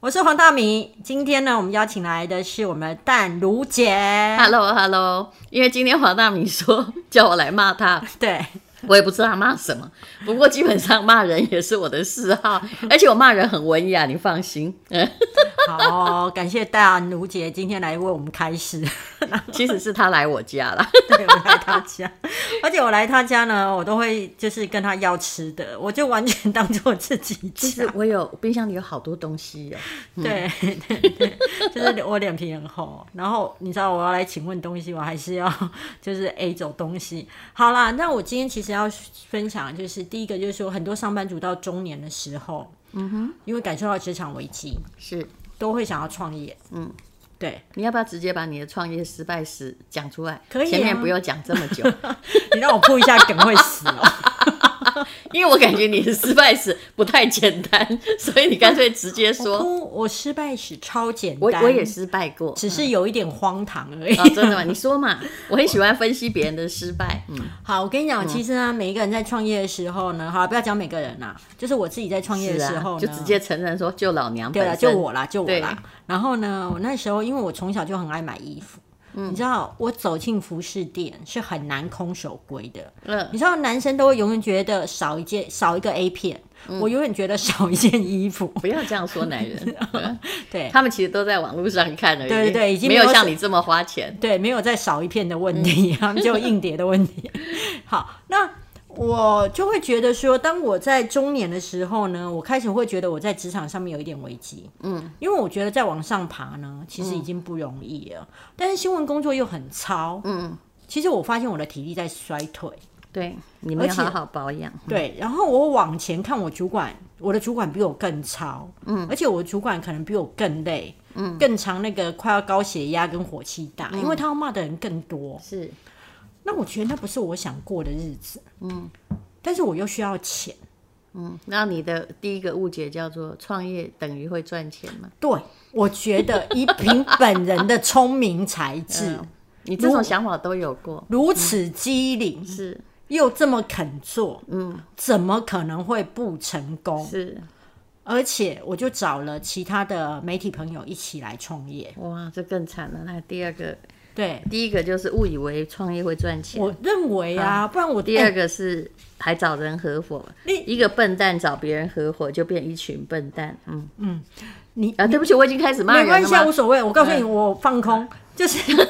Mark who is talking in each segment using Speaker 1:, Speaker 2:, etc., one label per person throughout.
Speaker 1: 我是黄大米。今天呢，我们邀请来的是我们的淡如姐。
Speaker 2: Hello Hello，因为今天黄大明说 叫我来骂他，
Speaker 1: 对，
Speaker 2: 我也不知道他骂什么。不过基本上骂人也是我的嗜好，而且我骂人很文雅，你放心。嗯，
Speaker 1: 好，感谢淡如姐今天来为我们开始，
Speaker 2: 其实是他来我家啦。
Speaker 1: 对我来她家，而且我来她家呢，我都会就是跟她要吃的，我就完全当做自己
Speaker 2: 其
Speaker 1: 家
Speaker 2: 实。我有冰箱里有好多东西哦。
Speaker 1: 对 对对，就是我脸皮很厚，然后你知道我要来请问东西，我还是要 就是 A 走东西。好啦，那我今天其实要分享的就是第一个就是说，很多上班族到中年的时候，嗯哼，因为感受到职场危机，
Speaker 2: 是，
Speaker 1: 都会想要创业。嗯，对，
Speaker 2: 你要不要直接把你的创业失败史讲出来？
Speaker 1: 可以啊
Speaker 2: 前面不用讲这么久，
Speaker 1: 你让我铺一下梗会死哦。
Speaker 2: 因为我感觉你的失败史不太简单，所以你干脆直接说。
Speaker 1: 铺我失败史超简
Speaker 2: 我
Speaker 1: 单，
Speaker 2: 我也，失败过，
Speaker 1: 只是有一点荒唐而已。
Speaker 2: 啊、真的吗？你说嘛，我很喜欢分析别人的失败。嗯，
Speaker 1: 好，我跟你讲，其实呢，每一个人在创业的时候呢，好啦，不要讲每个人啦，就是我自己在创业的
Speaker 2: 是
Speaker 1: 时
Speaker 2: 啊
Speaker 1: 候呢，
Speaker 2: 就直接承认说，就老娘
Speaker 1: 对
Speaker 2: 本
Speaker 1: 了，
Speaker 2: 身
Speaker 1: 就我啦，就我
Speaker 2: 对
Speaker 1: 啦。然后呢，我那时候因为我从小就很爱买衣服，
Speaker 2: 嗯
Speaker 1: 你知道，我走进服饰店是很难空手归的。
Speaker 2: 嗯，
Speaker 1: 你知道，男生都会永远觉得少一件，少一个 A 片，
Speaker 2: 嗯
Speaker 1: 我永远觉得少一件衣服。
Speaker 2: 不要这样说 男人，嗯
Speaker 1: 对
Speaker 2: 他们其实都在网络上看而已，
Speaker 1: 对对对已经
Speaker 2: 没
Speaker 1: 没有
Speaker 2: 有像你这么花钱。
Speaker 1: 对，没有再少一片的问题，他 们只有硬碟的问题。好，那我就会觉得说，当我在中年的时候呢，我开始会觉得我在职场上面有一点危机，嗯，因为我觉得再往上爬呢，其实已经不容易了，但是新闻工作又很糙，嗯。其实我发现我的体力在衰退，
Speaker 2: 对，你们要
Speaker 1: 而且
Speaker 2: 好好保养。
Speaker 1: 对，然后我往前看，我主管，我的主管比我更糙，嗯，而且我的主管可能比我更累，嗯，更常那个快要高血压跟火气大，因为他要骂的人更多，
Speaker 2: 是，
Speaker 1: 那我觉得那不是我想过的日子，嗯，但是我又需要钱，
Speaker 2: 嗯，那你的第一个误解叫做创业等于会赚钱吗？
Speaker 1: 对我觉得以 凭本人的聪明才智，
Speaker 2: 嗯你这种想法都有过，
Speaker 1: 如此机灵
Speaker 2: 是
Speaker 1: 又这么肯做，嗯，怎么可能会不成功？
Speaker 2: 是，
Speaker 1: 而且我就找了其他的媒体朋友一起来创业，
Speaker 2: 哇，这更惨了。那第二个，
Speaker 1: 对
Speaker 2: 第一个就是误以为创业会赚钱，
Speaker 1: 我认为啊，不然我
Speaker 2: 第二
Speaker 1: 哎
Speaker 2: 个是还找人合伙，
Speaker 1: 你
Speaker 2: 一个笨蛋找别人合伙就变一群笨蛋。嗯嗯，
Speaker 1: 你
Speaker 2: 啊，对不起，我已经开始骂
Speaker 1: 没
Speaker 2: 人
Speaker 1: 关
Speaker 2: 了
Speaker 1: 系啊，
Speaker 2: 吗
Speaker 1: 无？所谓。我告诉
Speaker 2: 嗯
Speaker 1: 你，我放空，就是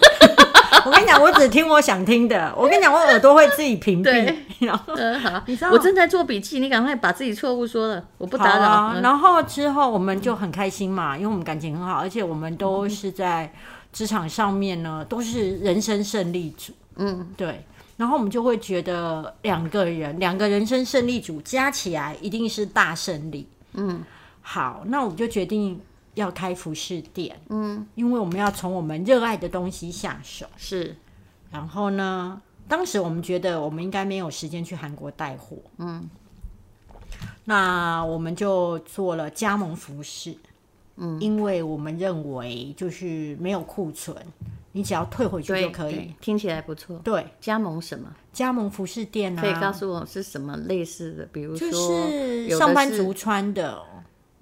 Speaker 1: 我跟你讲，我只听我想听的。我跟你讲，我耳朵会自己屏蔽
Speaker 2: 对，
Speaker 1: 然后
Speaker 2: 嗯，好，
Speaker 1: 你知道
Speaker 2: 我正在做笔记，你赶快把自己错误说了，我不
Speaker 1: 好
Speaker 2: 打扰。
Speaker 1: 啊。
Speaker 2: 嗯
Speaker 1: 然后之后我们就很开心嘛，因为我们感情很好，而且我们都是在职场上面呢，都是人生胜利组。嗯，对。然后我们就会觉得两个人，两个人生胜利组加起来一定是大胜利。嗯，好，那我们就决定要开服饰店。嗯，因为我们要从我们热爱的东西下手。
Speaker 2: 是
Speaker 1: 然后呢，当时我们觉得我们应该没有时间去韩国带货，嗯，那我们就做了加盟服饰，嗯，因为我们认为就是没有库存，你只要退回去
Speaker 2: 对
Speaker 1: 就可以。
Speaker 2: 对听起来不错。
Speaker 1: 对，
Speaker 2: 加盟什么？
Speaker 1: 加盟服饰店
Speaker 2: 可以告
Speaker 1: 啊，
Speaker 2: 诉我是什么类似的？比如说，
Speaker 1: 就是
Speaker 2: 有的
Speaker 1: 上班
Speaker 2: 是
Speaker 1: 族穿的，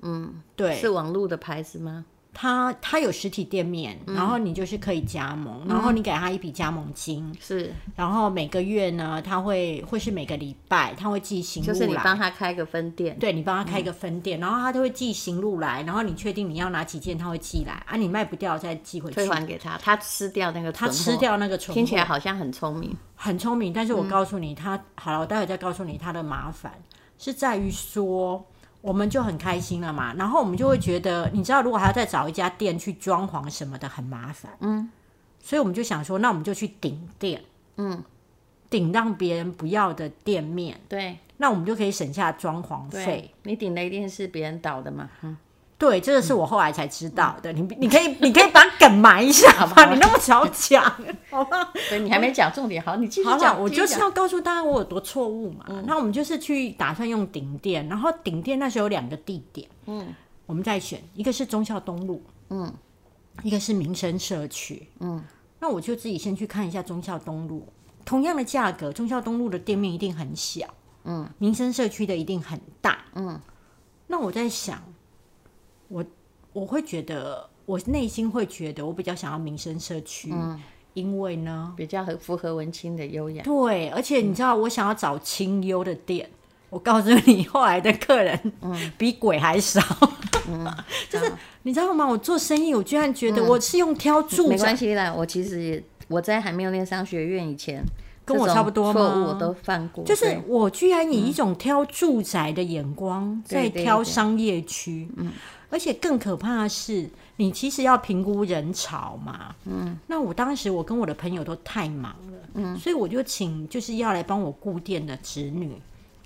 Speaker 1: 嗯，对，
Speaker 2: 是网络的牌子吗？
Speaker 1: 它它有实体店面，
Speaker 2: 嗯
Speaker 1: 然后你就是可以加盟，然后你给他一笔加盟金，
Speaker 2: 是，
Speaker 1: 然后每个月呢，他会会是每个礼拜他会寄行
Speaker 2: 就是
Speaker 1: 路
Speaker 2: 你
Speaker 1: 来，
Speaker 2: 帮他开个分店。
Speaker 1: 对你帮他开一个分店，然后他就会寄行路来，然后你确定你要哪几件，他会寄来啊，你卖不掉再寄回
Speaker 2: 退
Speaker 1: 去。
Speaker 2: 还给他，他吃掉那个
Speaker 1: 他
Speaker 2: 存货
Speaker 1: 吃，掉那个存
Speaker 2: 听起
Speaker 1: 货，
Speaker 2: 来嗯好像很聪明。
Speaker 1: 很聪明，但是我告诉你，他好了，我待会再告诉你他的麻烦是在于说，我们就很开心了嘛，然后我们就会觉得，你知道，如果还要再找一家店去装潢什么的，很麻烦，嗯，所以我们就想说，那我们就去顶店，嗯，顶让别人不要的店面，
Speaker 2: 对，
Speaker 1: 那我们就可以省下装潢费。
Speaker 2: 对，你顶的一定是别人倒的嘛。嗯
Speaker 1: 对，这个是我后来才知道的。你你可以你可以把梗埋一 下吧，你那么早讲，好吧？
Speaker 2: 对你还没讲重点，好，你继续
Speaker 1: 好了，
Speaker 2: 讲。
Speaker 1: 我
Speaker 2: 继续
Speaker 1: 就是
Speaker 2: 讲
Speaker 1: 要告诉大家我有多错误嘛。那我们就是去打算用顶店，然后顶店那时候有两个地点，嗯，我们再选，一个是忠孝东路，嗯，一个是民生社区，嗯。那我就自己先去看一下忠孝东路，同样的价格，忠孝东路的店面一定很小，嗯，民生社区的一定很大，嗯。那我在想，我我会觉得，我内心会觉得，我比较想要民生社区，因为呢，
Speaker 2: 比较合符合文青的优雅。
Speaker 1: 对，而且你知道，我想要找清幽的店。我告诉你，后来的客人 比鬼还少， 就是你知道吗？我做生意，我居然觉得我是用挑住
Speaker 2: 没
Speaker 1: 宅
Speaker 2: 关，系啦，我其实也我在还没有念商学院以前，
Speaker 1: 跟我
Speaker 2: 这种
Speaker 1: 差不多
Speaker 2: 错
Speaker 1: 吗
Speaker 2: 误我都犯过。
Speaker 1: 就是
Speaker 2: 对
Speaker 1: 我居然以一种挑住宅的眼光在
Speaker 2: 对对
Speaker 1: 挑
Speaker 2: 对
Speaker 1: 商业区，嗯，而且更可怕的是，你其实要评估人潮嘛，嗯，那我当时我跟我的朋友都太忙了，嗯，所以我就请就是要来帮我顾店的侄女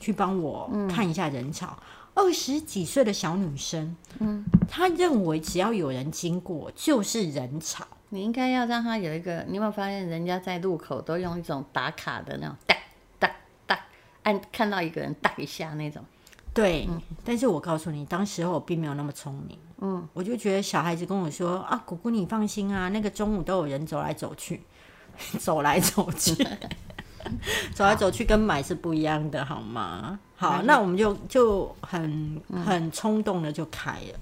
Speaker 1: 去帮我看一下人潮。二十几岁的小女生，嗯，她认为只要有人经过就是人潮，
Speaker 2: 你应该要让他有一个，你有没有发现人家在路口都用一种打卡的那种哒哒哒，按看到一个人哒一下那种。
Speaker 1: 对，
Speaker 2: 嗯
Speaker 1: 但是我告诉你，当时候我并没有那么聪明。嗯，我就觉得小孩子跟我说啊，姑姑你放心啊，那个中午都有人走来走去， 走来走去， 走来走去跟买是不一样的，好吗？好，那我们就就很很冲动的就开了。
Speaker 2: 嗯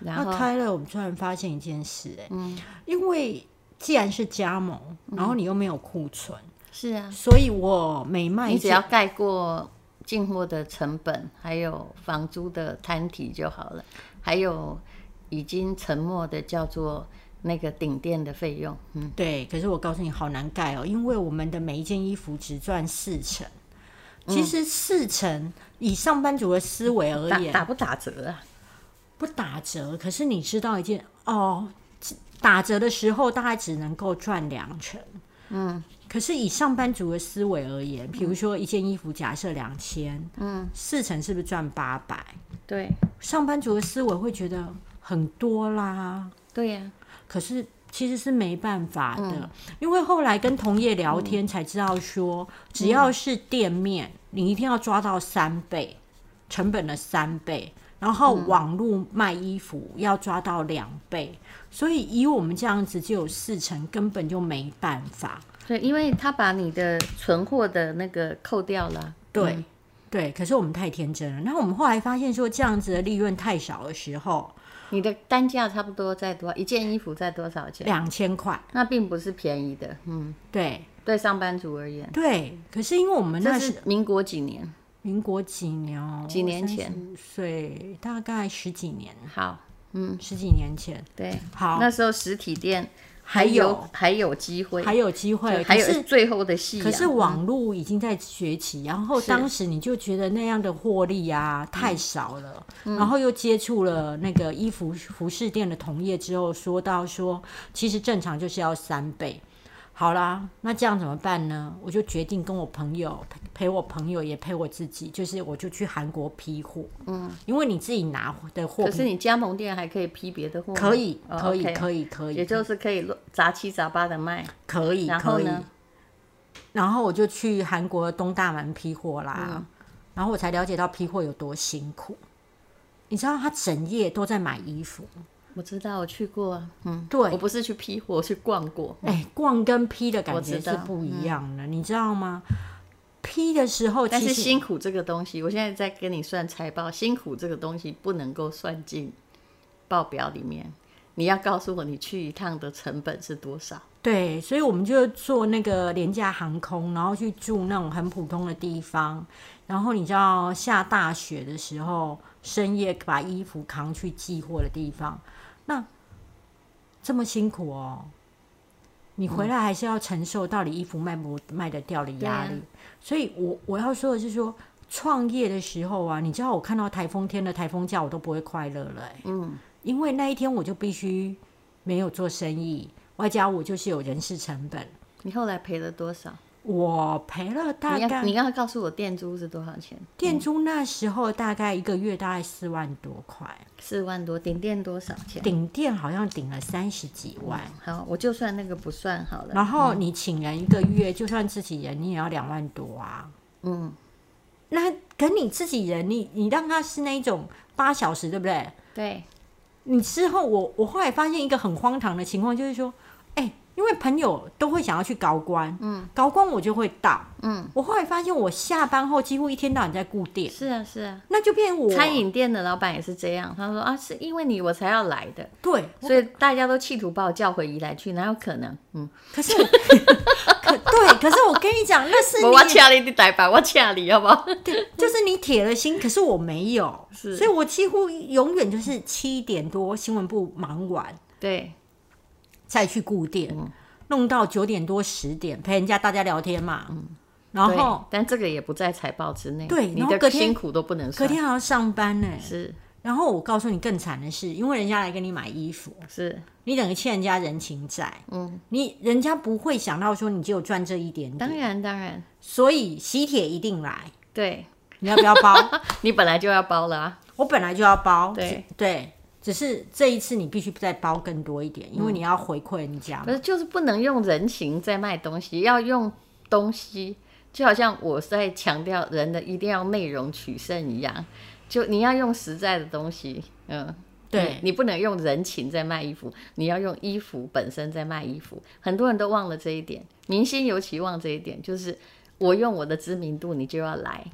Speaker 2: 然
Speaker 1: 那
Speaker 2: 后嗯
Speaker 1: 开了，我们突然发现一件事、哎，因为既然是加盟，然后你又没有库存，
Speaker 2: 是啊，
Speaker 1: 所以我每卖一
Speaker 2: 你只
Speaker 1: 件
Speaker 2: 要盖过进货的成本，还有房租的摊体就好了，还有已经沉没的叫做那个顶店的费用。嗯，
Speaker 1: 对，可是我告诉你，好难盖哦，因为我们的每一件衣服只赚四成。其实四成以上班族的思维而
Speaker 2: 打
Speaker 1: 言，
Speaker 2: 打不打折啊？
Speaker 1: 不打折。可是你知道一件哦，打折的时候大概只能够赚两成。嗯，可是以上班族的思维而言，比如说一件衣服假设两千，嗯，四成是不是赚八百？
Speaker 2: 对
Speaker 1: 上班族的思维会觉得很多啦，
Speaker 2: 对呀、
Speaker 1: 可是其实是没办法的，
Speaker 2: 嗯
Speaker 1: 因为后来跟同业聊天才知道说，
Speaker 2: 嗯
Speaker 1: 只要是店面，你一定要抓到三倍成本的三倍，
Speaker 2: 嗯
Speaker 1: 然后网络卖衣服要抓到两倍，所以以我们这样子就有四成，根本就没办法。
Speaker 2: 对，因为他把你的存货的那个扣掉了啊。
Speaker 1: 对、嗯对，可是我们太天真了。那我们后来发现说，这样子的利润太少的时候，
Speaker 2: 你的单价差不多在多一件衣服在多少钱？
Speaker 1: 两千块，
Speaker 2: 那并不是便宜的，嗯，
Speaker 1: 对
Speaker 2: 对上班族而言，
Speaker 1: 对。可是因为我们那
Speaker 2: 这是民国几年？
Speaker 1: 民国几年哦？
Speaker 2: 几年前？
Speaker 1: 岁，大概十几年，
Speaker 2: 好，嗯，
Speaker 1: 十几年前
Speaker 2: 对，
Speaker 1: 好
Speaker 2: 那时候实体店
Speaker 1: 还有
Speaker 2: 有还有机会，
Speaker 1: 还有机会，
Speaker 2: 还
Speaker 1: 可
Speaker 2: 有
Speaker 1: 是
Speaker 2: 最后的戏、啊，
Speaker 1: 可是网络已经在崛起，然后当时你就觉得那样的获利啊太少了，
Speaker 2: 嗯
Speaker 1: 然后又接触了那个衣服服饰店的同业之后，说到说其实正常就是要三倍。好啦，那这样怎么办呢？我就决定跟我朋友陪陪我朋友，也陪我自己，就是我就去韩国批货。嗯，因为你自己拿的货
Speaker 2: 可是你加盟店还可以批别的货吗，
Speaker 1: 可以，
Speaker 2: 哦
Speaker 1: 可以，
Speaker 2: OK
Speaker 1: 可以，可以
Speaker 2: 也，就是可以乱杂七杂八的卖，
Speaker 1: 可以，
Speaker 2: 然
Speaker 1: 可
Speaker 2: 后
Speaker 1: 以。
Speaker 2: 呢，
Speaker 1: 然后我就去韩国东大门批货啦，
Speaker 2: 嗯
Speaker 1: 然后我才了解到批货有多辛苦。你知道他整夜都在买衣服，
Speaker 2: 我知道我去过啊，嗯，
Speaker 1: 对
Speaker 2: 我不是去批货，我去逛过，
Speaker 1: 哎、逛跟批的感
Speaker 2: 我
Speaker 1: 觉
Speaker 2: 知
Speaker 1: 是
Speaker 2: 道嗯
Speaker 1: 不一样的，你知道吗？批的时候
Speaker 2: 但
Speaker 1: 其
Speaker 2: 是
Speaker 1: 实
Speaker 2: 辛苦这个东西，我现在在跟你算财报，辛苦这个东西不能够算进报表里面。你要告诉我你去一趟的成本是多少？
Speaker 1: 对，所以我们就坐那个廉价航空，然后去住那种很普通的地方。然后你知道下大雪的时候，深夜把衣服扛去寄货的地方，那这么辛苦哦，你回来还是要承受到底衣服卖不卖得掉的压力。
Speaker 2: 对啊
Speaker 1: 所以我我要说的是说，创业的时候啊，你知道我看到台风天的台风假，我都不会快乐了、欸。
Speaker 2: 嗯，
Speaker 1: 因为那一天我就必须没有做生意，外加我就是有人事成本，
Speaker 2: 你后来赔了多少？
Speaker 1: 我赔了大
Speaker 2: 你要你
Speaker 1: 概
Speaker 2: 要告诉我店租是多少钱？
Speaker 1: 店租那时候大概一个月大概四万多块，
Speaker 2: 四万多，顶店多少钱？
Speaker 1: 顶店好像顶了三十几万。
Speaker 2: 好，我就算那个不算好了。
Speaker 1: 然后你请人一个月，就算自己人，你也要两万多啊。
Speaker 2: 嗯，
Speaker 1: 那可你自己人，你你让他是那一种八小时，对不对？
Speaker 2: 对，
Speaker 1: 你之后我我后来发现一个很荒唐的情况，就是说，哎、因为朋友都会想要去高官，嗯，高官我就会到，嗯，我后来发现我下班后几乎一天到晚在顾店，
Speaker 2: 是啊是啊，
Speaker 1: 那就变我
Speaker 2: 餐饮店的老板也是这样，他说啊，是因为你我才要来的，
Speaker 1: 对，
Speaker 2: 所以大家都企图把我叫回宜来去，哪有可能？嗯，
Speaker 1: 可是我 可对，可是我跟你讲，那是
Speaker 2: 嗯我我
Speaker 1: 你
Speaker 2: 请你你代班，我请你好不好？
Speaker 1: 对，就是你铁了心，可是我没有，
Speaker 2: 是
Speaker 1: 所以我几乎永远就是七点多新闻部忙完
Speaker 2: 对，
Speaker 1: 再去顾店，
Speaker 2: 嗯
Speaker 1: 弄到九点多十点陪人家大家聊天嘛，然后
Speaker 2: 嗯对但这个也不在财报之内，
Speaker 1: 对
Speaker 2: 你
Speaker 1: 然后隔
Speaker 2: 的
Speaker 1: 天
Speaker 2: 辛苦都不能
Speaker 1: 隔
Speaker 2: 算，
Speaker 1: 天还要上班呢、
Speaker 2: 是
Speaker 1: 然后我告诉你更惨的是，因为人家来给你买衣服，
Speaker 2: 是，
Speaker 1: 你等于欠人家人情债，
Speaker 2: 嗯，
Speaker 1: 你人家不会想到说你只有赚这一点
Speaker 2: 当
Speaker 1: 点，
Speaker 2: 然当然，
Speaker 1: 所以喜帖一定来。
Speaker 2: 对
Speaker 1: 你要不要包？
Speaker 2: 你本来就要包了啊，
Speaker 1: 我本来就要包，
Speaker 2: 对
Speaker 1: 只对，只是这一次你必须再包更多一点，因为你要回馈人家嘛。
Speaker 2: 嗯不是就是不能用人情在卖东西，要用东西，就好像我在强调人的一定要内容取胜一样，就你要用实在的东西，嗯。
Speaker 1: 对
Speaker 2: 你，你不能用人情在卖衣服，你要用衣服本身在卖衣服。很多人都忘了这一点，明星尤其忘这一点，就是我用我的知名度，你就要来，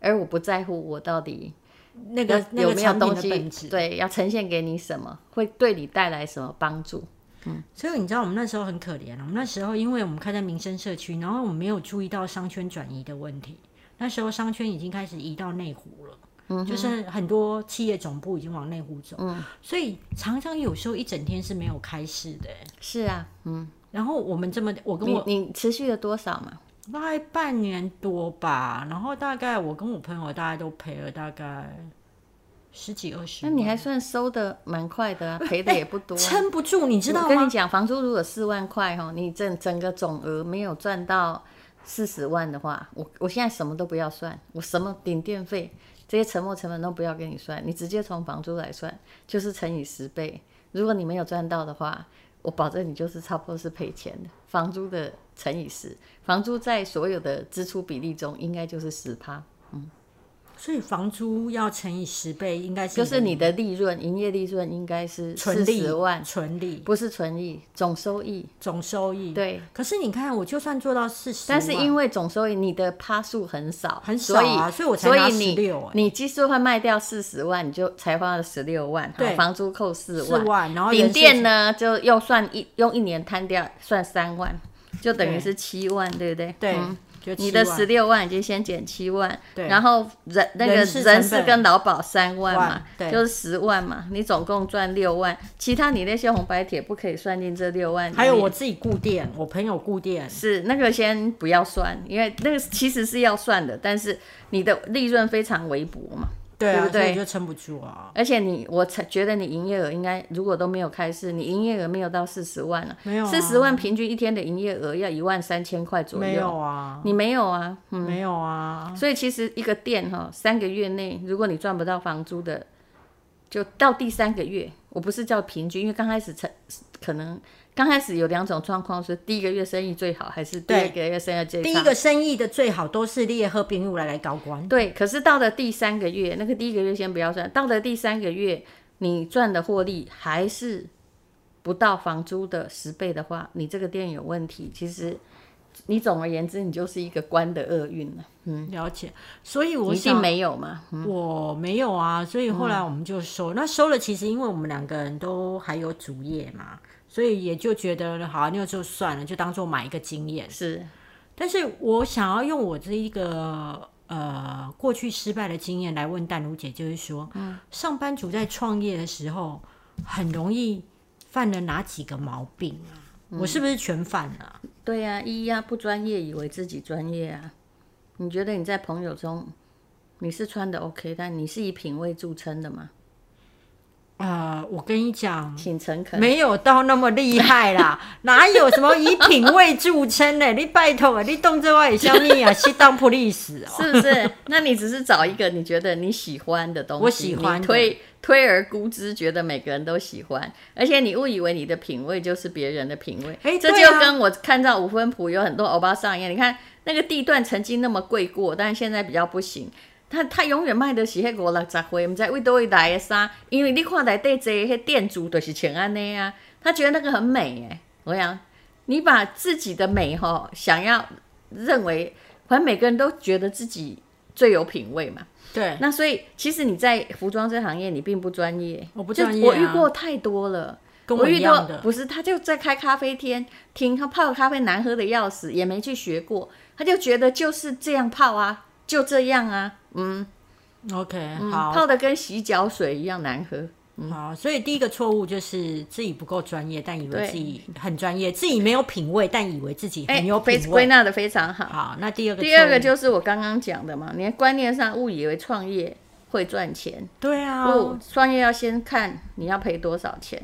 Speaker 2: 而我不在乎我到底
Speaker 1: 那个那
Speaker 2: 有
Speaker 1: 个
Speaker 2: 没有
Speaker 1: 产品
Speaker 2: 东
Speaker 1: 的本质
Speaker 2: 西，。对，要呈现给你什么，会对你带来什么帮助。
Speaker 1: 所以你知道我们那时候很可怜啊，我们那时候因为我们开在民生社区，然后我们没有注意到商圈转移的问题。那时候商圈已经开始移到内湖了，
Speaker 2: 嗯
Speaker 1: 就是很多企业总部已经往内湖走，所以常常有时候一整天是没有开市的欸、
Speaker 2: 是啊，嗯，
Speaker 1: 然后我们这么，我跟
Speaker 2: 你
Speaker 1: 我
Speaker 2: 你持续了多少嘛？
Speaker 1: 大概半年多吧，然后大概我跟我朋友大概都赔了大概十几二十
Speaker 2: 那
Speaker 1: 万，
Speaker 2: 你还算收的蛮快的、啊，赔的也不多啊、
Speaker 1: 撑不住，你知道
Speaker 2: 我跟你
Speaker 1: 吗？
Speaker 2: 讲，房租如果四万块哦，你整整个总额没有赚到四十万的话，我我现在什么都不要算，我什么顶电费这些沉没成本都不要跟你算，你直接从房租来算，就是乘以十倍。如果你没有赚到的话，我保证你就是差不多是赔钱的，房租的乘以十，房租在所有的支出比例中应该就是十趴，
Speaker 1: 所以房租要乘以十倍，应该是
Speaker 2: 就是你的利润，营业利润应该是
Speaker 1: 纯
Speaker 2: 四
Speaker 1: 利
Speaker 2: 十万，
Speaker 1: 纯利
Speaker 2: 不是纯益，总收益。
Speaker 1: 总收益。
Speaker 2: 对，
Speaker 1: 可是你看，我就算做到四十，
Speaker 2: 但是因为总收益你的趴数很少，
Speaker 1: 很少啊所以我才拿
Speaker 2: 所以你
Speaker 1: 16哎
Speaker 2: 你技术会卖掉四十万，你就才花了十六万，
Speaker 1: 对
Speaker 2: 好房租扣四
Speaker 1: 四万，然后人
Speaker 2: 顶
Speaker 1: 事
Speaker 2: 店呢就又算一用一年摊掉算三万，就等于是七万，对不对？
Speaker 1: 对
Speaker 2: 嗯，
Speaker 1: 就7
Speaker 2: 你的
Speaker 1: 万
Speaker 2: 十六万已经先减七万，
Speaker 1: 对
Speaker 2: 然后人那个
Speaker 1: 人事成本
Speaker 2: 人事跟劳保三万嘛
Speaker 1: 万，对
Speaker 2: 就是十万嘛，你总共赚六万，其他你那些红白帖不可以算进这六万里面。
Speaker 1: 还有我自己固店，我朋友固店，
Speaker 2: 是那个先不要算，因为那个其实是要算的，但是你的利润非常微薄嘛，
Speaker 1: 对啊，
Speaker 2: 对不对
Speaker 1: 所以就撑不住啊。
Speaker 2: 而且你我才觉得你营业额应该如果都没有开市，你营业额没有到四十万了、
Speaker 1: 没有啊
Speaker 2: 四十万平均一天的营业额要一万三千块左右，
Speaker 1: 没有啊，
Speaker 2: 你没有啊，嗯，
Speaker 1: 没有啊，
Speaker 2: 所以其实一个店哈、三个月内如果你赚不到房租的，就到第三个月，我不是叫平均，因为刚开始成可能刚开始有两种状况，是第一个月生意最好，还是第二个月生意最
Speaker 1: 第
Speaker 2: 差？
Speaker 1: 一个生意的最好都是列喝冰入来来高官，
Speaker 2: 对，可是到了第三个月，那个第一个月先不要算，到了第三个月，你赚的获利还是不到房租的十倍的话，你这个店有问题。其实，你总而言之，你就是一个官的厄运了。
Speaker 1: 了解。所以我
Speaker 2: 嗯你一定
Speaker 1: 想
Speaker 2: 没嗯有嘛？嗯
Speaker 1: 我没有啊，所以后来我们就收。那收了，其实因为我们两个人都还有主业嘛，所以也就觉得好、啊，那就算了，就当做买一个经验。
Speaker 2: 是
Speaker 1: 但是我想要用我这一个呃过去失败的经验来问淡如姐，就是说，上班族在创业的时候，很容易犯了哪几个毛病啊？我是不是全犯了啊、
Speaker 2: 对呀、一呀、不专业，以为自己专业啊。你觉得你在朋友中你是穿的 OK，但你是以品味著称的吗？
Speaker 1: 呃，我跟你讲，
Speaker 2: 请诚恳。
Speaker 1: 没有到那么厉害啦，哪有什么以品味著称呢？你拜托，你动这外消灭啊， 去当 police 哦。
Speaker 2: 是不是？ 那你只是找一个你觉得你喜欢的东西，
Speaker 1: 我喜欢的
Speaker 2: 你推推而估之，觉得每个人都喜欢，而且你误以为你的品味就是别人的品味。
Speaker 1: 哎
Speaker 2: 这
Speaker 1: 对啊
Speaker 2: 就跟我看到五分埔有很多欧巴桑一哎样，你看那个地段曾经那么贵过，但是现在比较不行。他他永远卖得起迄五六十岁，毋知为倒位来的衫，因哎为你看内底坐迄店主就是穿安尼啊，他觉得那个很美诶。我讲你把自己的美哈、想要认为，反正每个人都觉得自己最有品味嘛。
Speaker 1: 对，
Speaker 2: 那所以其实你在服装这行业你并不专业，
Speaker 1: 我不
Speaker 2: 就
Speaker 1: 专业
Speaker 2: 我
Speaker 1: 啊
Speaker 2: 遇过太多了。
Speaker 1: 跟
Speaker 2: 我
Speaker 1: 我
Speaker 2: 遇
Speaker 1: 一
Speaker 2: 到
Speaker 1: 样的。
Speaker 2: 不是，他就在开咖啡厅，听他泡的咖啡难喝的要死，也没去学过，他就觉得就是这样泡啊，就这样啊，
Speaker 1: OK，、
Speaker 2: 嗯
Speaker 1: 好
Speaker 2: 泡的跟洗脚水一样难喝。
Speaker 1: 好，所以第一个错误就是自己不够专业，但以为
Speaker 2: 对
Speaker 1: 自己很专业；自己没有品味，但以为自己
Speaker 2: 哎
Speaker 1: 很有，
Speaker 2: 非
Speaker 1: 品
Speaker 2: 归
Speaker 1: 味。
Speaker 2: 纳的非常好。
Speaker 1: 好，那第二个
Speaker 2: 第二
Speaker 1: 错
Speaker 2: 个
Speaker 1: 误
Speaker 2: 就是我刚刚讲的嘛，你的观念上误以为创业会赚钱，
Speaker 1: 对啊，
Speaker 2: 不，创业要先看你要赔多少钱。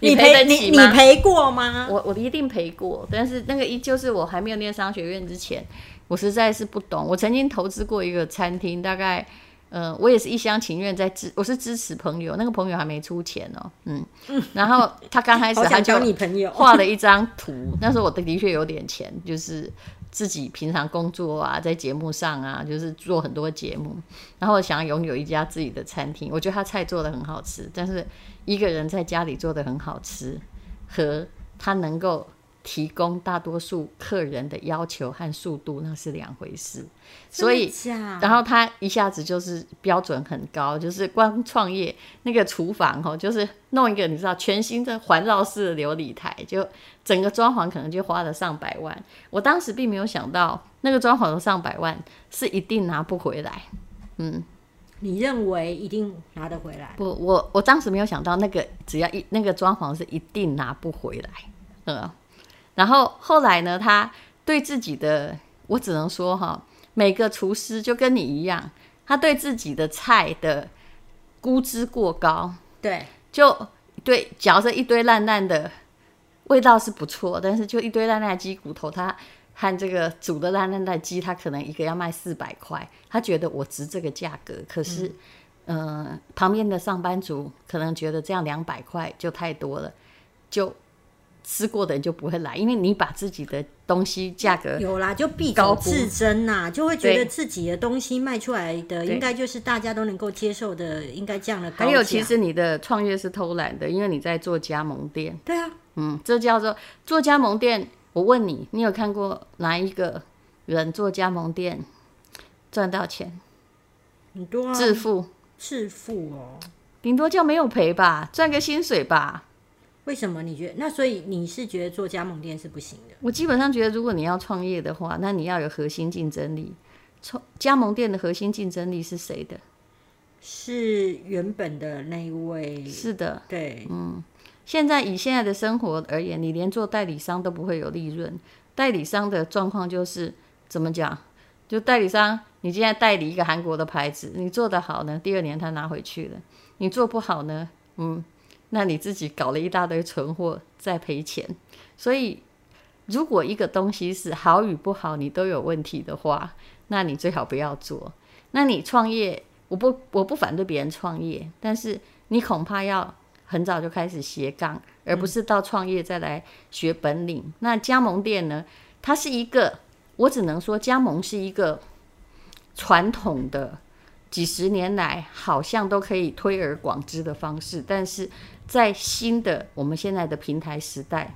Speaker 1: 你
Speaker 2: 赔
Speaker 1: 赔
Speaker 2: 得
Speaker 1: 你
Speaker 2: 起
Speaker 1: 你
Speaker 2: 吗？
Speaker 1: 赔过吗？
Speaker 2: 我我一定赔过，但是那个一就是我还没有念商学院之前，我实在是不懂。我曾经投资过一个餐厅，大概，呃，我也是一厢情愿在支，我是支持朋友，那个朋友还没出钱哦， 嗯，然后他刚开始
Speaker 1: 好
Speaker 2: 他
Speaker 1: 想
Speaker 2: 就
Speaker 1: 交你朋友。
Speaker 2: 画了一张图，那时候我的的确有点钱，就是自己平常工作啊，在节目上啊，就是做很多节目，然后我想要拥有一家自己的餐厅，我觉得他菜做的很好吃，但是一个人在家里做的很好吃，和他能够提供大多数客人的要求和速度，那是两回事，所以。
Speaker 1: 真的假的
Speaker 2: 然后他一下子就是标准很高，就是光创业那个厨房哦，就是弄一个你知道全新的环绕式的琉璃台，就整个装潢可能就花了上百万。我当时并没有想到那个装潢的上百万是一定拿不回来。
Speaker 1: 你认为一定拿得回来？
Speaker 2: 不，我我当时没有想到那个只要一那个装潢是一定拿不回来，嗯。然后后来呢，他对自己的，我只能说哈，每个厨师就跟你一样，他对自己的菜的估值过高，
Speaker 1: 对，
Speaker 2: 就对嚼着一堆烂烂的，味道是不错，但是就一堆烂烂的鸡骨头，他和这个煮的烂烂的鸡，他可能一个要卖四百块，他觉得我值这个价格，可是，嗯、旁边的上班族可能觉得这样两百块就太多了，就吃过的人就不会来，因为你把自己的东西价格
Speaker 1: 有啦，就必
Speaker 2: 高
Speaker 1: 搞
Speaker 2: 估
Speaker 1: 自珍呐、就会觉
Speaker 2: 对
Speaker 1: 得自己的东西卖出来的应该就是大家都能够接受的，应该这样嗯的高价。
Speaker 2: 还有，其实你的创业是偷懒的，因为你在做加盟店。
Speaker 1: 对啊，
Speaker 2: 嗯，这叫做做加盟店。我问你，你有看过哪一个人做加盟店赚到钱、
Speaker 1: 很多啊，
Speaker 2: 致富？
Speaker 1: 致富哦。
Speaker 2: 顶多就没有赔吧，赚个薪水吧。
Speaker 1: 为什么你觉得？那所以你是觉得做加盟店是不行的？
Speaker 2: 我基本上觉得，如果你要创业的话，那你要有核心竞争力。创加盟店的核心竞争力是谁的？
Speaker 1: 是原本的那一位，
Speaker 2: 是的，
Speaker 1: 对，
Speaker 2: 现在以现在的生活而言，你连做代理商都不会有利润。代理商的状况就是怎么讲？就代理商，你现在代理一个韩国的牌子，你做得好呢，第二年他拿回去了；你做不好呢，嗯，那你自己搞了一大堆存货，再赔钱。所以，如果一个东西是好与不好，你都有问题的话，那你最好不要做。那你创业，我不我不反对别人创业，但是你恐怕要很早就开始斜杠，而
Speaker 1: 嗯
Speaker 2: 不是到创业再来学本领。那加盟店呢？它是一个，我只能说加盟是一个传统的，几十年来好像都可以推而广之的方式，但是在新的我们现在的平台时代，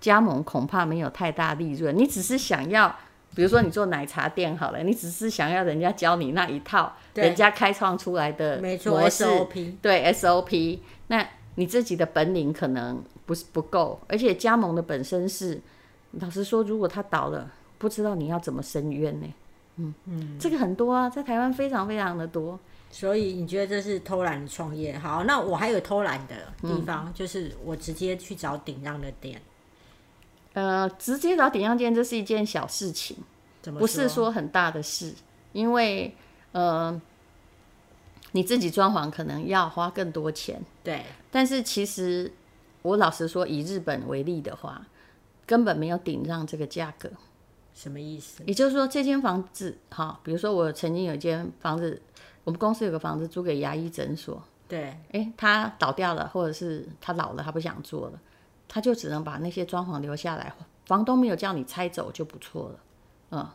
Speaker 2: 加盟恐怕没有太大利润。你只是想要，比如说你做奶茶店好了，你只是想要人家教你那一套，
Speaker 1: 对
Speaker 2: 人家开创出来的
Speaker 1: 没错
Speaker 2: 呃模式
Speaker 1: ，SOP。
Speaker 2: 对 SOP，那你自己的本领可能不是不够，而且加盟的本身是，老实说，如果他倒了，不知道你要怎么申冤呢、嗯嗯，这个很多啊，在台湾非常非常的多。
Speaker 1: 所以你觉得这是偷懒的创业？好，那我还有偷懒的地
Speaker 2: 嗯
Speaker 1: 方，就是我直接去找顶让的店，
Speaker 2: 呃，直接找典当店，这是一件小事情，
Speaker 1: 怎么
Speaker 2: 不是
Speaker 1: 说
Speaker 2: 说很大的事，因为呃，你自己装潢可能要花更多钱。
Speaker 1: 对
Speaker 2: 但是其实我老实说，以日本为例的话，根本没有顶让这个价格。
Speaker 1: 什么意思？
Speaker 2: 也就是说，这间房子，哈，比如说我曾经有一间房子，我们公司有个房子租给牙医诊所，
Speaker 1: 对，
Speaker 2: 诶，他倒掉了，或者是他老了，他不想做了，他就只能把那些装潢留下来，房东没有叫你拆走就不错了，嗯，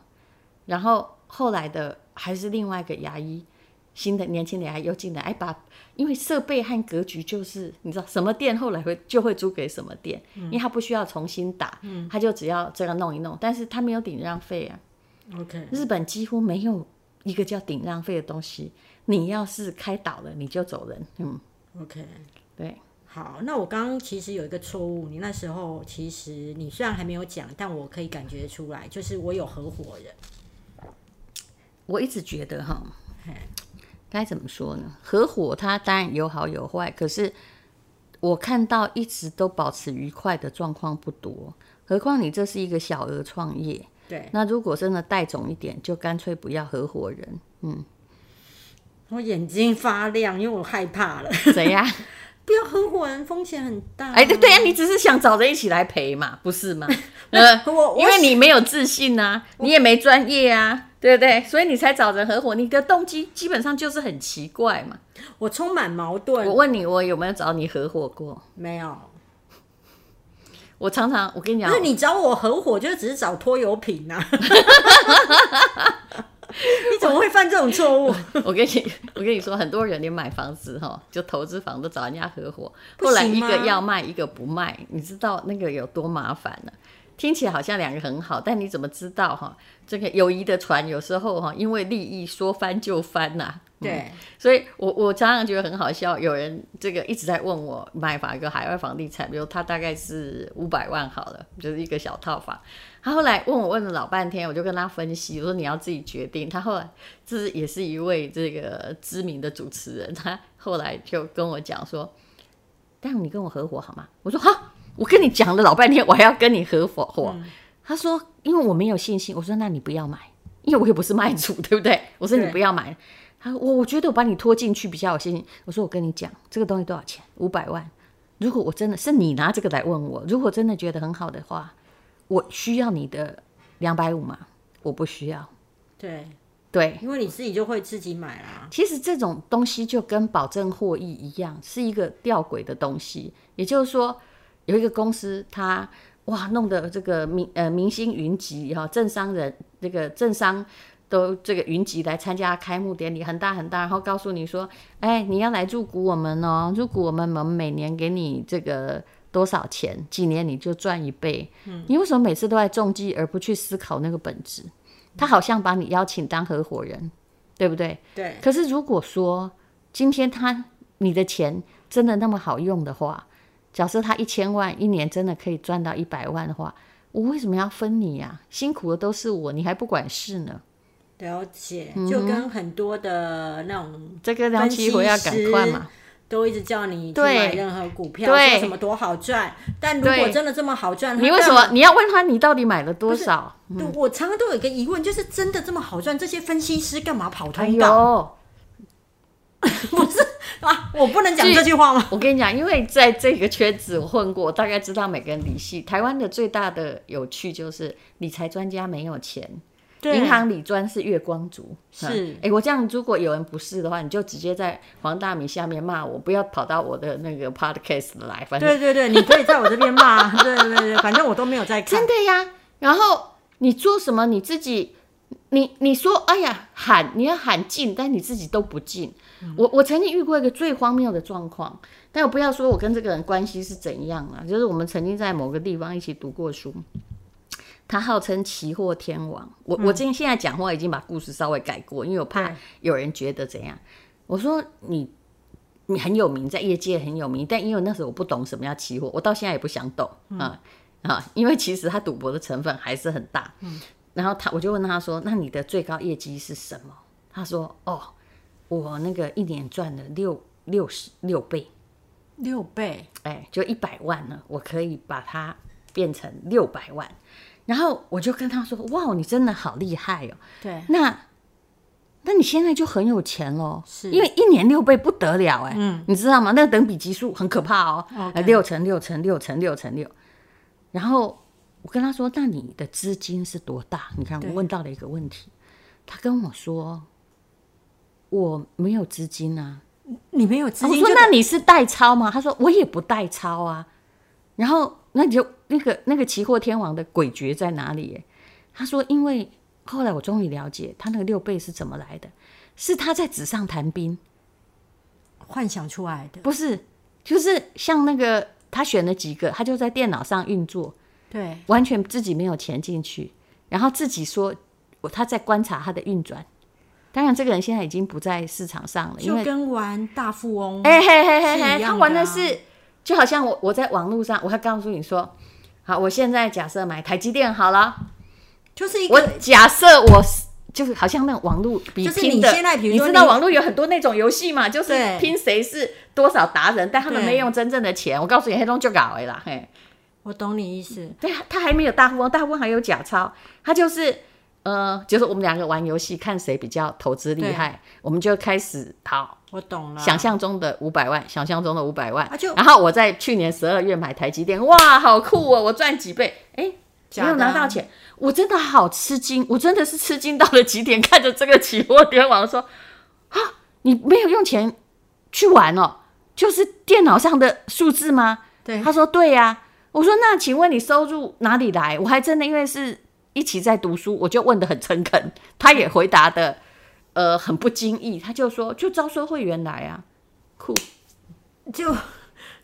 Speaker 2: 然后后来的还是另外一个牙医，新的年轻人还又进来，哎，把因为设备和格局就是你知道什么店后来会就会租给什么店，因为他不需要重新打，他就只要这个弄一弄，但是他没有顶让费啊。
Speaker 1: OK，
Speaker 2: 日本几乎没有一个叫顶让费的东西，你要是开倒了你就走人，嗯，
Speaker 1: OK，
Speaker 2: 对，
Speaker 1: 好，那我刚刚其实有一个错误，你那时候其实你虽然还没有讲，但我可以感觉出来，就是我有合伙人。
Speaker 2: 我一直觉得哈，该怎么说呢？合伙它当然有好有坏，可是我看到一直都保持愉快的状况不多，何况你这是一个小额创业。
Speaker 1: 对，
Speaker 2: 那如果真的带种一点，就干脆不要合伙人，
Speaker 1: 我眼睛发亮，因为我害怕了。
Speaker 2: 怎样？
Speaker 1: 不要合伙人风险很大、
Speaker 2: 哎，对对呀、你只是想找人一起来陪嘛，不是吗？呃，
Speaker 1: 我我
Speaker 2: 因为你没有自信啊，你也没专业啊，对不对？所以你才找人合伙，你的动机基本上就是很奇怪嘛。
Speaker 1: 我充满矛盾
Speaker 2: 我。问你，我有没有找你合伙过？
Speaker 1: 没有，
Speaker 2: 我常常，我跟你
Speaker 1: 不
Speaker 2: 讲，
Speaker 1: 是你找我合伙，就只是找拖油瓶 啊。你怎么会犯这种错误？
Speaker 2: 我跟你， 我跟你说，很多人连买房子哈，就投资房都找人家合伙，
Speaker 1: 不
Speaker 2: 后
Speaker 1: 行吗
Speaker 2: 来一个要卖，一个不卖，你知道那个有多麻烦呢、听起来好像两个很好，但你怎么知道哈？这个友谊的船有时候哈，因为利益说翻就翻呐、
Speaker 1: 对，
Speaker 2: 所以我我常常觉得很好笑，有人这个一直在问我买法个海外房地产，比如他大概是五百万好了，就是一个小套房。他后来问我问了老半天，我就跟他分析，我说你要自己决定。他后来这是也是一位这个知名的主持人，他后来就跟我讲说，但你跟我合伙好吗？我说哈，我跟你讲了老半天，我还要跟你合伙。他说因为我没有信心，我说那你不要买，因为我也不是卖主，对不对？我说你
Speaker 1: 对
Speaker 2: 不要买。他说我我觉得我把你拖进去比较有信心。我说我跟你讲，这个东西多少钱？五百万。如果我真的是你拿这个来问我，如果真的觉得很好的话，我需要你的两百五吗？我不需要。
Speaker 1: 对，
Speaker 2: 对，
Speaker 1: 因为你自己就会自己买啦。
Speaker 2: 其实这种东西就跟保证获益一样，是一个吊诡的东西。也就是说，有一个公司它哇弄得这个明呃明星云集哈、政商人这个政商都这个云集来参加开幕典礼，很大很大，然后告诉你说，哎，你要来入股我们哦，入股我们，我们每年给你这个。多少钱？几年你就赚一倍？你为什么每次都在中计，而不去思考那个本质？他好像把你邀请当合伙人，对不对？
Speaker 1: 对，
Speaker 2: 可是如果说今天他你的钱真的那么好用的话，假设他一千万一年真的可以赚到一百万的话，我为什么要分你呀、辛苦的都是我，你还不管事呢？
Speaker 1: 了解，
Speaker 2: 嗯
Speaker 1: 就跟很多的那种
Speaker 2: 这个梁启辉要赶快嘛。
Speaker 1: 都一直叫你去
Speaker 2: 对
Speaker 1: 买任何股票，
Speaker 2: 对
Speaker 1: 说什么多好赚，但如果
Speaker 2: 对
Speaker 1: 真的这么好赚，
Speaker 2: 你
Speaker 1: 他
Speaker 2: 为什
Speaker 1: 干嘛
Speaker 2: 么你嗯要问他你到底买了多少？
Speaker 1: 对，我常常都有一个疑问，就是真的这么好赚？这些分析师干嘛跑
Speaker 2: 哎
Speaker 1: 通道、
Speaker 2: 呦，
Speaker 1: 啊？我不能讲这句话吗？
Speaker 2: 我跟你讲，因为在这个圈子我混过，我大概知道每个人理系。台湾的最大的有趣就是理财专家没有钱，
Speaker 1: 对
Speaker 2: 银行理专是月光族。
Speaker 1: 是
Speaker 2: 哎、诶我这样如果有人不是的话，你就直接在黄大米下面骂我，不要跑到我的那个 podcast 来，反正
Speaker 1: 对对对，你可以在我这边 骂，对对对，反正我都没有在看
Speaker 2: 真。的呀。然后你做什么你自己，你你说哎呀喊你要喊进，但你自己都不进。我我曾经遇过一个最荒谬的状况，但我不要说我跟这个人关系是怎样啊，就是我们曾经在某个地方一起读过书。他号称期货天王，我我今天现在讲话已经把故事稍微改过，因为我怕
Speaker 1: 对
Speaker 2: 有人觉得怎样。我说你你很有名，在业界很有名，但因为那时候我不懂什么叫期货，我到现在也不想懂啊啊，因为其实他赌博的成分还是很大。嗯，然后他我就问他说：“那你的最高业绩是什么？”他说：“哦，我那个一年赚了六六十六倍，
Speaker 1: 六倍，
Speaker 2: 哎，就一百万呢，我可以把它变成六百万。”然后我就跟他说：“哇，你真的好厉害哦！
Speaker 1: 对，
Speaker 2: 那那你现在就很有钱喽，
Speaker 1: 是
Speaker 2: 因为一年六倍不得了哎、
Speaker 1: 嗯
Speaker 2: 你知道吗？那个等比级数很可怕哦，
Speaker 1: OK
Speaker 2: 呃六乘六乘六乘六乘六。然后我跟他说：“那你的资金是多大？”你看，
Speaker 1: 对
Speaker 2: 我问到了一个问题，他跟我说：“我没有资金啊。”
Speaker 1: 你没有资
Speaker 2: 哦我
Speaker 1: 金
Speaker 2: 说
Speaker 1: 就、：“
Speaker 2: 那你是代抄吗？”他说：“我也不代抄啊。”然后那你就那个那个期货天王的诡谲在哪里耶？他说：“因为后来我终于了解他那个六倍是怎么来的。是他在纸上谈兵，
Speaker 1: 幻想出来的。
Speaker 2: 不是，就是像那个他选了几个，他就在电脑上运作，
Speaker 1: 对，
Speaker 2: 完全自己没有钱进去，然后自己说我他在观察他的运转。当然，这个人现在已经不在市场上了，因
Speaker 1: 就
Speaker 2: 为
Speaker 1: 跟玩大富翁，
Speaker 2: 哎嘿嘿
Speaker 1: 嗯是
Speaker 2: 嘿
Speaker 1: 一样
Speaker 2: 嘿，
Speaker 1: 的
Speaker 2: 他玩的
Speaker 1: 啊
Speaker 2: 是，就好像我我在网络上，我会告诉你说，好，我现在假设买台积电好了，
Speaker 1: 就是一
Speaker 2: 我
Speaker 1: 个
Speaker 2: 假设我是就是好像那种网络比
Speaker 1: 就是
Speaker 2: 拼
Speaker 1: 你
Speaker 2: 的，
Speaker 1: 现在比如说
Speaker 2: 知道
Speaker 1: 你
Speaker 2: 网络有很多那种游戏嘛，就是
Speaker 1: 对
Speaker 2: 拼谁是多少达人，但他们
Speaker 1: 对
Speaker 2: 没用真正的钱。我告诉你，黑洞就搞了啦，嘿，
Speaker 1: 我懂你意思，
Speaker 2: 对他还没有大富翁，大富翁还有假钞，他就是。呃，就是我们两个玩游戏，看谁比较投资厉害，我们就开始好
Speaker 1: 我懂了。
Speaker 2: 想象中的五百万，想象中的五百万，
Speaker 1: 啊就
Speaker 2: 然后我在去年十二月买台积电，哇，好酷哦，我赚几倍，哎，
Speaker 1: 假
Speaker 2: 没
Speaker 1: 的啊
Speaker 2: 有拿到钱，我真的好吃惊，我真的是吃惊到了极点，看着这个期货天王说，啊，你没有用钱去玩哦，就是电脑上的数字吗？
Speaker 1: 对，
Speaker 2: 他说对呀、我说那请问你收入哪里来？我还真的因为是一起在读书，我就问的很诚恳，他也回答的呃很不经意，他就说就招收会员来啊，酷。
Speaker 1: 就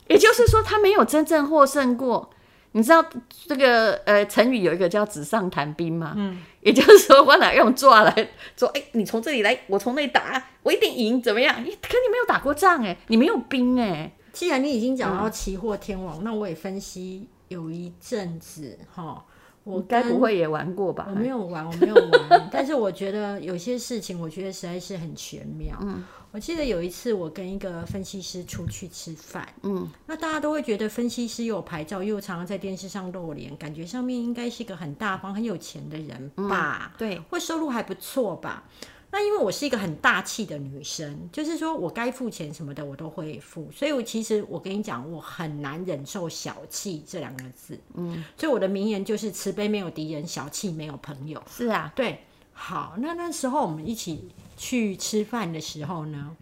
Speaker 2: 也就是说，他没有真正获胜过。你知道这个呃成语有一个叫“纸上谈兵”吗？嗯，也就是说，我哪用抓来说，哎、你从这里来，我从那里打，我一定赢，怎么样？咦可你没有打过仗哎、你没有兵哎、
Speaker 1: 既然你已经讲
Speaker 2: 嗯
Speaker 1: 到期货天王，那我也分析有一阵子哈，我
Speaker 2: 你该
Speaker 1: 跟
Speaker 2: 不会也玩过吧
Speaker 1: 我？没有玩，我没有 玩，但是我觉得有些事情，我觉得实在是很玄妙。嗯，我记得有一次我跟一个分析师出去吃饭，嗯，那大家都会觉得分析师有牌照，又常常在电视上露脸，感觉上面应该是一个很大方、很有钱的人吧？
Speaker 2: 对，
Speaker 1: 或收入还不错吧？那因为我是一个很大气的女生，就是说我该付钱什么的我都会付，所以我其实我跟你讲，我很难忍受小气这两个字。嗯，所以我的名言就是慈悲没有敌人，小气没有朋友。
Speaker 2: 是啊，
Speaker 1: 对，好，那那时候我们一起去吃饭的时候呢，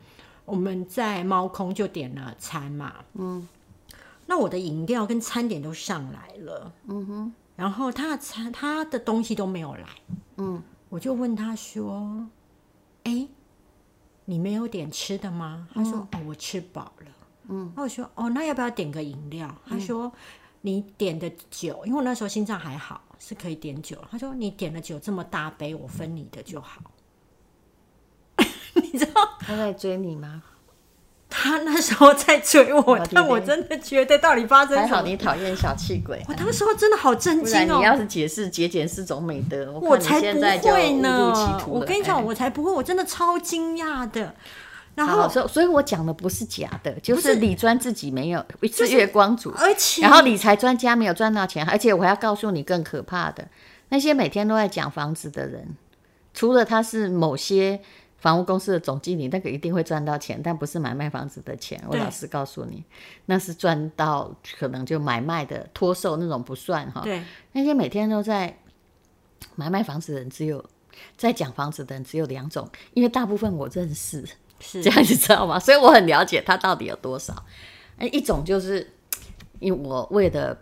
Speaker 1: 我们在猫空就点了餐嘛，嗯，那我的饮料跟餐点都上来了，嗯哼，然后他的餐他的东西都没有来，嗯，我就问他说，哎、你没有点吃的吗？他说，哦，我吃饱了，嗯，那我说，哦，那要不要点个饮料？
Speaker 2: 嗯
Speaker 1: 他说。你点的酒，因为我那时候心脏还好，是可以点酒。他说你点的酒这么大杯，我分你的就好。
Speaker 2: 他在追你吗？
Speaker 1: 他那时候在追
Speaker 2: 我
Speaker 1: 我
Speaker 2: 的，天
Speaker 1: 但我真的觉得到底发生
Speaker 2: 还
Speaker 1: 什
Speaker 2: 好
Speaker 1: 么？
Speaker 2: 你讨厌小气鬼，
Speaker 1: 我当时候真的好震
Speaker 2: 不然
Speaker 1: 惊
Speaker 2: 你
Speaker 1: 哦！
Speaker 2: 要是解释节俭是种美德，我
Speaker 1: 我
Speaker 2: 看
Speaker 1: 才
Speaker 2: 你现
Speaker 1: 不
Speaker 2: 在就
Speaker 1: 会
Speaker 2: 误入
Speaker 1: 呢
Speaker 2: 歧！途
Speaker 1: 我
Speaker 2: 了
Speaker 1: 跟你
Speaker 2: 哎
Speaker 1: 讲， 我才不会，我真的超惊讶的。然
Speaker 2: 好，
Speaker 1: 后，
Speaker 2: 所以所以我讲的不是假的，就
Speaker 1: 不
Speaker 2: 是
Speaker 1: 是
Speaker 2: 李专自己没有是月光族，
Speaker 1: 而且，
Speaker 2: 然后理财专家没有赚到钱，而且我还要告诉你更可怕的，那些每天都在讲房子的人，除了他是某些房屋公司的总经理，那个一定会赚到钱，但不是买卖房子的钱。我
Speaker 1: 对
Speaker 2: 老实告诉你，那是赚到可能就买卖的脱售那种不算哈。
Speaker 1: 对
Speaker 2: 那些每天都在买卖房子的人，只有在讲房子的人只有两种，因为大部分我认识。
Speaker 1: 是
Speaker 2: 这样你知道吗？所以我很了解他到底有多少。哎一种就是因为我为了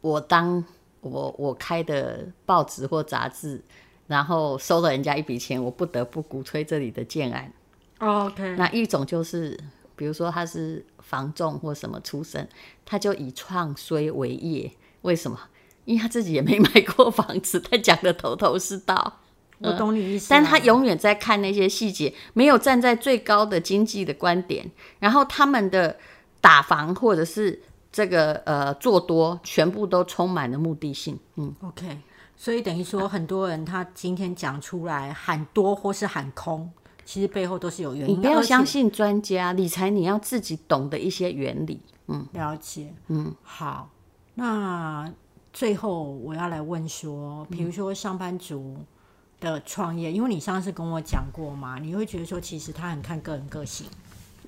Speaker 2: 我当我我开的报纸或杂志，然后收了人家一笔钱，我不得不鼓吹这里的建案。
Speaker 1: OK，
Speaker 2: 那一种就是，比如说他是房仲或什么出身，他就以创衰为业，为什么？因为他自己也没买过房子，他讲的头头是道。
Speaker 1: 我懂你意思啊。
Speaker 2: 但他永远在看那些细节，没有站在最高的经济的观点，然后他们的打房或者是这个呃做多，全部都充满了目的性。嗯，
Speaker 1: OK，所以等于
Speaker 2: 啊
Speaker 1: 说，很多人他今天讲出来喊多或是喊空，其实背后都是有原因。
Speaker 2: 你不要
Speaker 1: 而且
Speaker 2: 相信专家理财，你要自己懂得一些原理。
Speaker 1: 了解，嗯，好，那最后我要来问说，比如说上班族的创业，因为你上次跟我讲过嘛，你会觉得说，其实他很看个人个性，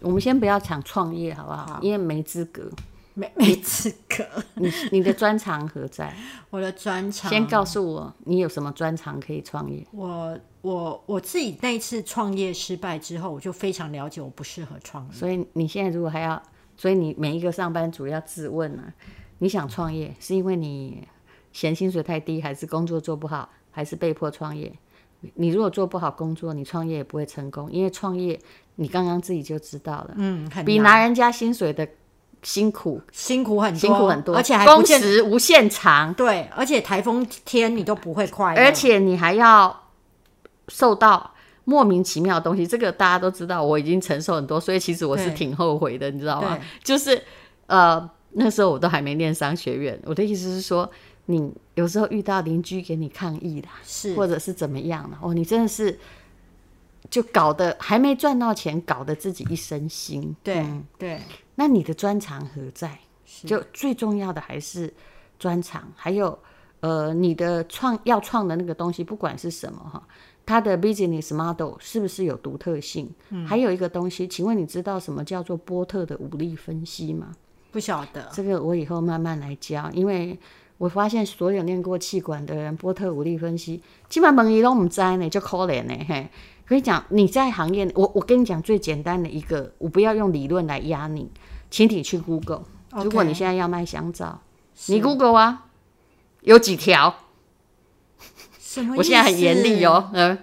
Speaker 2: 我们先不要讲创业好不好？因为没资格。
Speaker 1: 没没资格。
Speaker 2: 你你的专长何在？
Speaker 1: 我的专 长，
Speaker 2: 先告诉我你有什么专长可以创业？
Speaker 1: 我我我自己那一次创业失败之后，我就非常了解我不适合创业。
Speaker 2: 所以你现在如果还要，所以你每一个上班族要自问啊，你想创业是因为你嫌薪水太低，还是工作做不好，还是被迫创业？你如果做不好工作，你创业也不会成功，因为创业你刚刚自己就知道了，
Speaker 1: 嗯，很
Speaker 2: 比
Speaker 1: 难
Speaker 2: 拿人家薪水的辛苦
Speaker 1: 辛苦很多，
Speaker 2: 辛苦很多，
Speaker 1: 而且还不
Speaker 2: 工
Speaker 1: 见
Speaker 2: 时无限长，
Speaker 1: 对，而且台风天你都不会快乐，
Speaker 2: 而且你还要受到莫名其妙的东西，这个大家都知道，我已经承受很多，所以其实我是
Speaker 1: 对
Speaker 2: 挺后悔的，你知道吗
Speaker 1: 对？
Speaker 2: 就是呃，那时候我都还没念商学院，我的意思是说，你有时候遇到邻居给你抗议啦，
Speaker 1: 是
Speaker 2: 或者是怎么样的，哦，你真的是就搞得还没赚到钱，搞得自己一身腥。
Speaker 1: 对、
Speaker 2: 嗯
Speaker 1: 对，
Speaker 2: 那你的专长何在？
Speaker 1: 是
Speaker 2: 就最重要的还是专长，还有呃你的创要创的那个东西，不管是什么哈，它的 business model 是不是有独特性？还有一个东西，请问你知道什么叫做波特的武力分析吗？
Speaker 1: 不晓得
Speaker 2: 这个我以后慢慢来教，因为我发现所有念过气管的人，波特武力分析，基本门一都唔知呢，就可怜呢。嘿，跟你讲，你在行业，我我跟你讲最简单的一个，我不要用理论来压你，请你去 Google。
Speaker 1: OK
Speaker 2: 如果你现在要卖香皂，你 Google 啊，有几条？
Speaker 1: 什么意思？
Speaker 2: 我现在很严厉哦，嗯，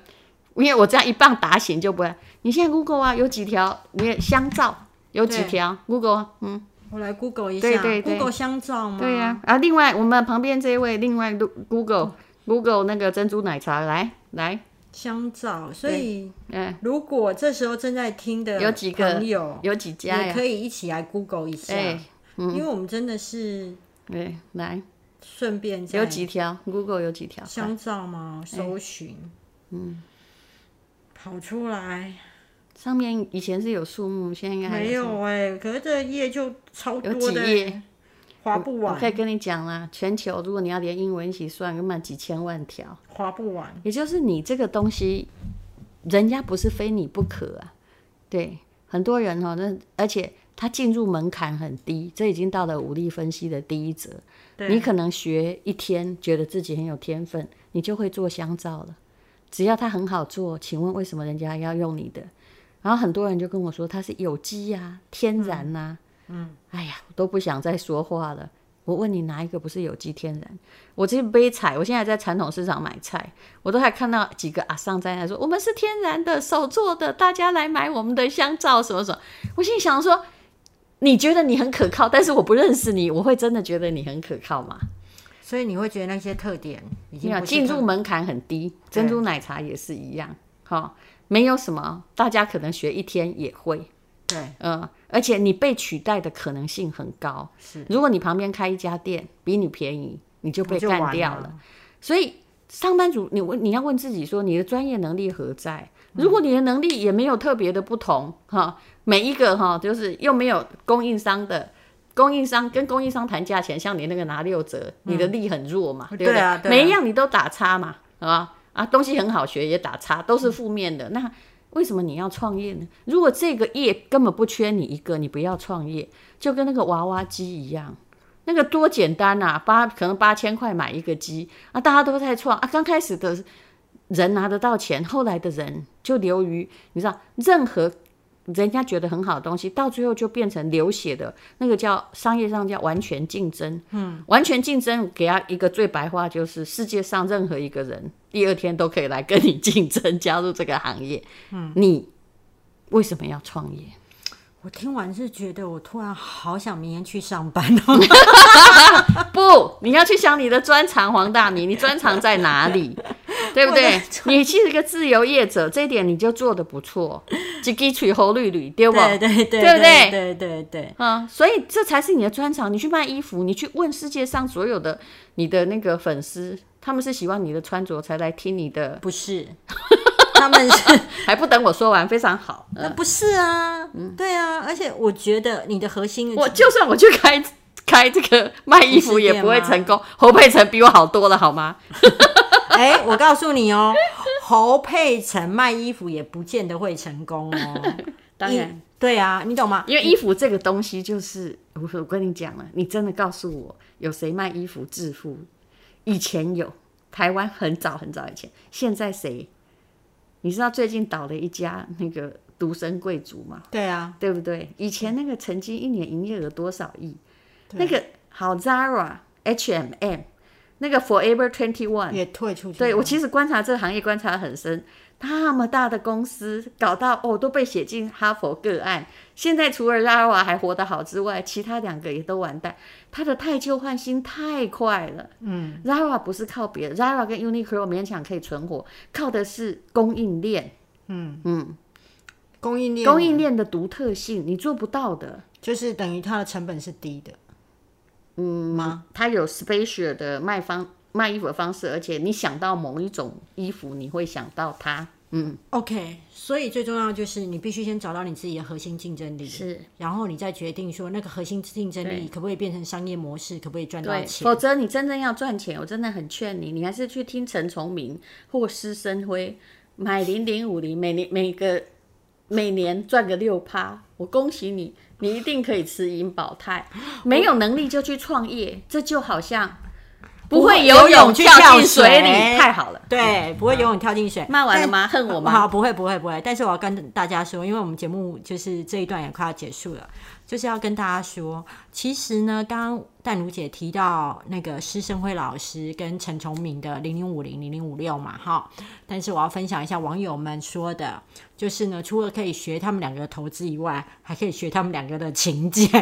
Speaker 2: 因为我这样一棒打醒就不会。你现在 Google 啊，有几条？你的香皂有几
Speaker 1: 对
Speaker 2: 条？Google 啊嗯。
Speaker 1: 我来 Google 一下
Speaker 2: 对对对
Speaker 1: g o o g l e 香皂吗？
Speaker 2: 对呀、啊，另外我们旁边这一位，另外 Lu- Google Google 那个珍珠奶茶，来来，
Speaker 1: 香皂，所以
Speaker 2: 嗯，
Speaker 1: 如果这时候正在听的
Speaker 2: 有几个
Speaker 1: 朋友，
Speaker 2: 有几家
Speaker 1: 也
Speaker 2: 呀？
Speaker 1: 可以一起来 Google 一下，
Speaker 2: 哎
Speaker 1: 因为我们真的是
Speaker 2: 对，来，
Speaker 1: 顺便在
Speaker 2: 有几哎条？Google 有几条？
Speaker 1: 香皂吗？搜寻，嗯，跑出来
Speaker 2: 上面以前是有数目，现在应该还
Speaker 1: 没有哎、可是这页就超
Speaker 2: 有
Speaker 1: 多
Speaker 2: 几
Speaker 1: 的，欸
Speaker 2: 页。
Speaker 1: 划不
Speaker 2: 我
Speaker 1: 完，
Speaker 2: 可以跟你讲啦，全球如果你要连英文一起算，根本几千万条。
Speaker 1: 划不完，
Speaker 2: 也就是你这个东西，人家不是非你不可啊。对，很多人哦，那而且他进入门槛很低，这已经到了武力分析的第一则。
Speaker 1: 对，
Speaker 2: 你可能学一天，觉得自己很有天分，你就会做香皂了。只要它很好做，请问为什么人家要用你的？然后很多人就跟我说它是有机呀、天然呐、嗯，哎呀，我都不想再说话了。我问你哪一个不是有机天然？我这杯菜，我现在在传统市场买菜，我都还看到几个阿桑在那说我们是天然的手做的，大家来买我们的香皂什么什么。我心里想说，你觉得你很可靠，但是我不认识你，我会真的觉得你很可靠吗？
Speaker 1: 所以你会觉得那些特点已经
Speaker 2: 没有
Speaker 1: 不是
Speaker 2: 进
Speaker 1: 特
Speaker 2: 入门槛很低，
Speaker 1: 对
Speaker 2: 珍珠奶茶也是一样，哈、没有什么，大家可能学一天也会，
Speaker 1: 对
Speaker 2: 嗯，而且你被取代的可能性很高。
Speaker 1: 是
Speaker 2: 如果你旁边开一家店，比你便宜，你就被
Speaker 1: 我就
Speaker 2: 干
Speaker 1: 完
Speaker 2: 掉
Speaker 1: 了
Speaker 2: 了。所以上班族，你问你要问自己说，你的专业能力何在？
Speaker 1: 嗯
Speaker 2: 如果你的能力也没有特别的不同，哈，每一个哈，就是又没有供应商的。供应商跟供应商谈价钱，像你那个拿六折，你的力很弱嘛，对不
Speaker 1: 嗯对啊对啊
Speaker 2: 每一样你都打叉嘛，啊啊，东西很好学也打叉，都是负面的。那为什么你要创业呢？如果这个业根本不缺你一个，你不要创业，就跟那个娃娃机一样，那个多简单呐、八可能八千块买一个机啊，大家都在创啊，刚开始的人拿得到钱，后来的人就流于你知道，任何人家觉得很好的东西，到最后就变成流血的那个叫商业上叫完全竞争。嗯，完全竞争，给他一个最白话就是世界上任何一个人第二天都可以来跟你竞争，加入这个行业。嗯，你为什么要创业？
Speaker 1: 我听完是觉得我突然好想明天去上班哦。
Speaker 2: 不，你要去想你的专长，黄大米，你专长在哪里？对不对？你是一个自由业者，这一点你就做得不错，一支取侯绿绿，对不？
Speaker 1: 对对对
Speaker 2: 对不对
Speaker 1: 对对对对，
Speaker 2: 啊，所以这才是你的专长。你去卖衣服，你去问世界上所有的你的那个粉丝，他们是喜欢你的穿着才来听你的，
Speaker 1: 不是，他们 是
Speaker 2: 还不等我说完，非常好。
Speaker 1: 那不是啊，对啊，而且我觉得你的核心，
Speaker 2: 嗯我就算我去开开这个卖衣服也不会成功，侯佩岑比我好多了，好吗？
Speaker 1: 哎、我告诉你哦，侯佩岑卖衣服也不见得会成功哦。
Speaker 2: 当然
Speaker 1: 你，对啊，你懂吗？
Speaker 2: 因为衣服这个东西就是，我我跟你讲了，你真的告诉我有谁卖衣服致富？以前有，台湾很早很早以前，现在谁？你知道最近倒了一家那个独身贵族吗？
Speaker 1: 对啊，
Speaker 2: 对不对？以前那个曾经一年营业额多少亿，那个好 Zara、H&M，那个 Forever Twenty One，
Speaker 1: 也退出去了。
Speaker 2: 对我其实观察这个行业观察很深，那么大的公司搞到哦都被写进哈佛个案，现在除了拉瓦还活得好之外，其他两个也都完蛋。他的太旧换新太快了，嗯，Zara 不是靠别的，Zara 跟 Uniqlo 勉强可以存活，靠的是供应链，
Speaker 1: 供应链
Speaker 2: 供应链的独特性你做不到的。
Speaker 1: 就是等于它的成本是低的，嗯吗？
Speaker 2: 它有 special 的卖方卖衣服的方式，而且你想到某一种衣服，你会想到它。嗯，
Speaker 1: OK，所以最重要就是你必须先找到你自己的核心竞争力，
Speaker 2: 是，
Speaker 1: 然后你再决定说那个核心竞争力可不可以变成商业模式，可不可以赚到
Speaker 2: 对，
Speaker 1: 钱。
Speaker 2: 否则你真正要赚钱，我真的很劝你，你还是去听陈崇明或施生辉买零零五零，每年每个每年赚个六趴，我恭喜你，你一定可以吃银保 泰。没有能力就去创业，这就好像不会游泳
Speaker 1: 去
Speaker 2: 跳
Speaker 1: 跳
Speaker 2: 进水里，
Speaker 1: 水
Speaker 2: 太好了。
Speaker 1: 对，不会游泳跳进水。
Speaker 2: 嗯
Speaker 1: 哦
Speaker 2: 骂完了吗？恨我吗？
Speaker 1: 好，不会不会不会，但是我要跟大家说，因为我们节目就是这一段也快要结束了，就是要跟大家说，其实呢，刚刚淡如姐提到那个施生辉老师跟陈崇明的零零五零零零五六嘛，哈，但是我要分享一下网友们说的，就是呢，除了可以学他们两个的投资以外，还可以学他们两个的勤俭。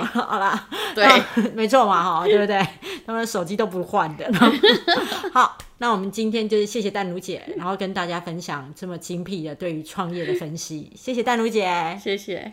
Speaker 1: 好啦，
Speaker 2: 对，
Speaker 1: 没错嘛，哈，对不对？ 他们手机都不换的。 好，那我们今天就是谢谢淡如姐，然后跟大家分享这么精辟的对于创业的分析，谢谢淡如姐。
Speaker 2: 谢谢。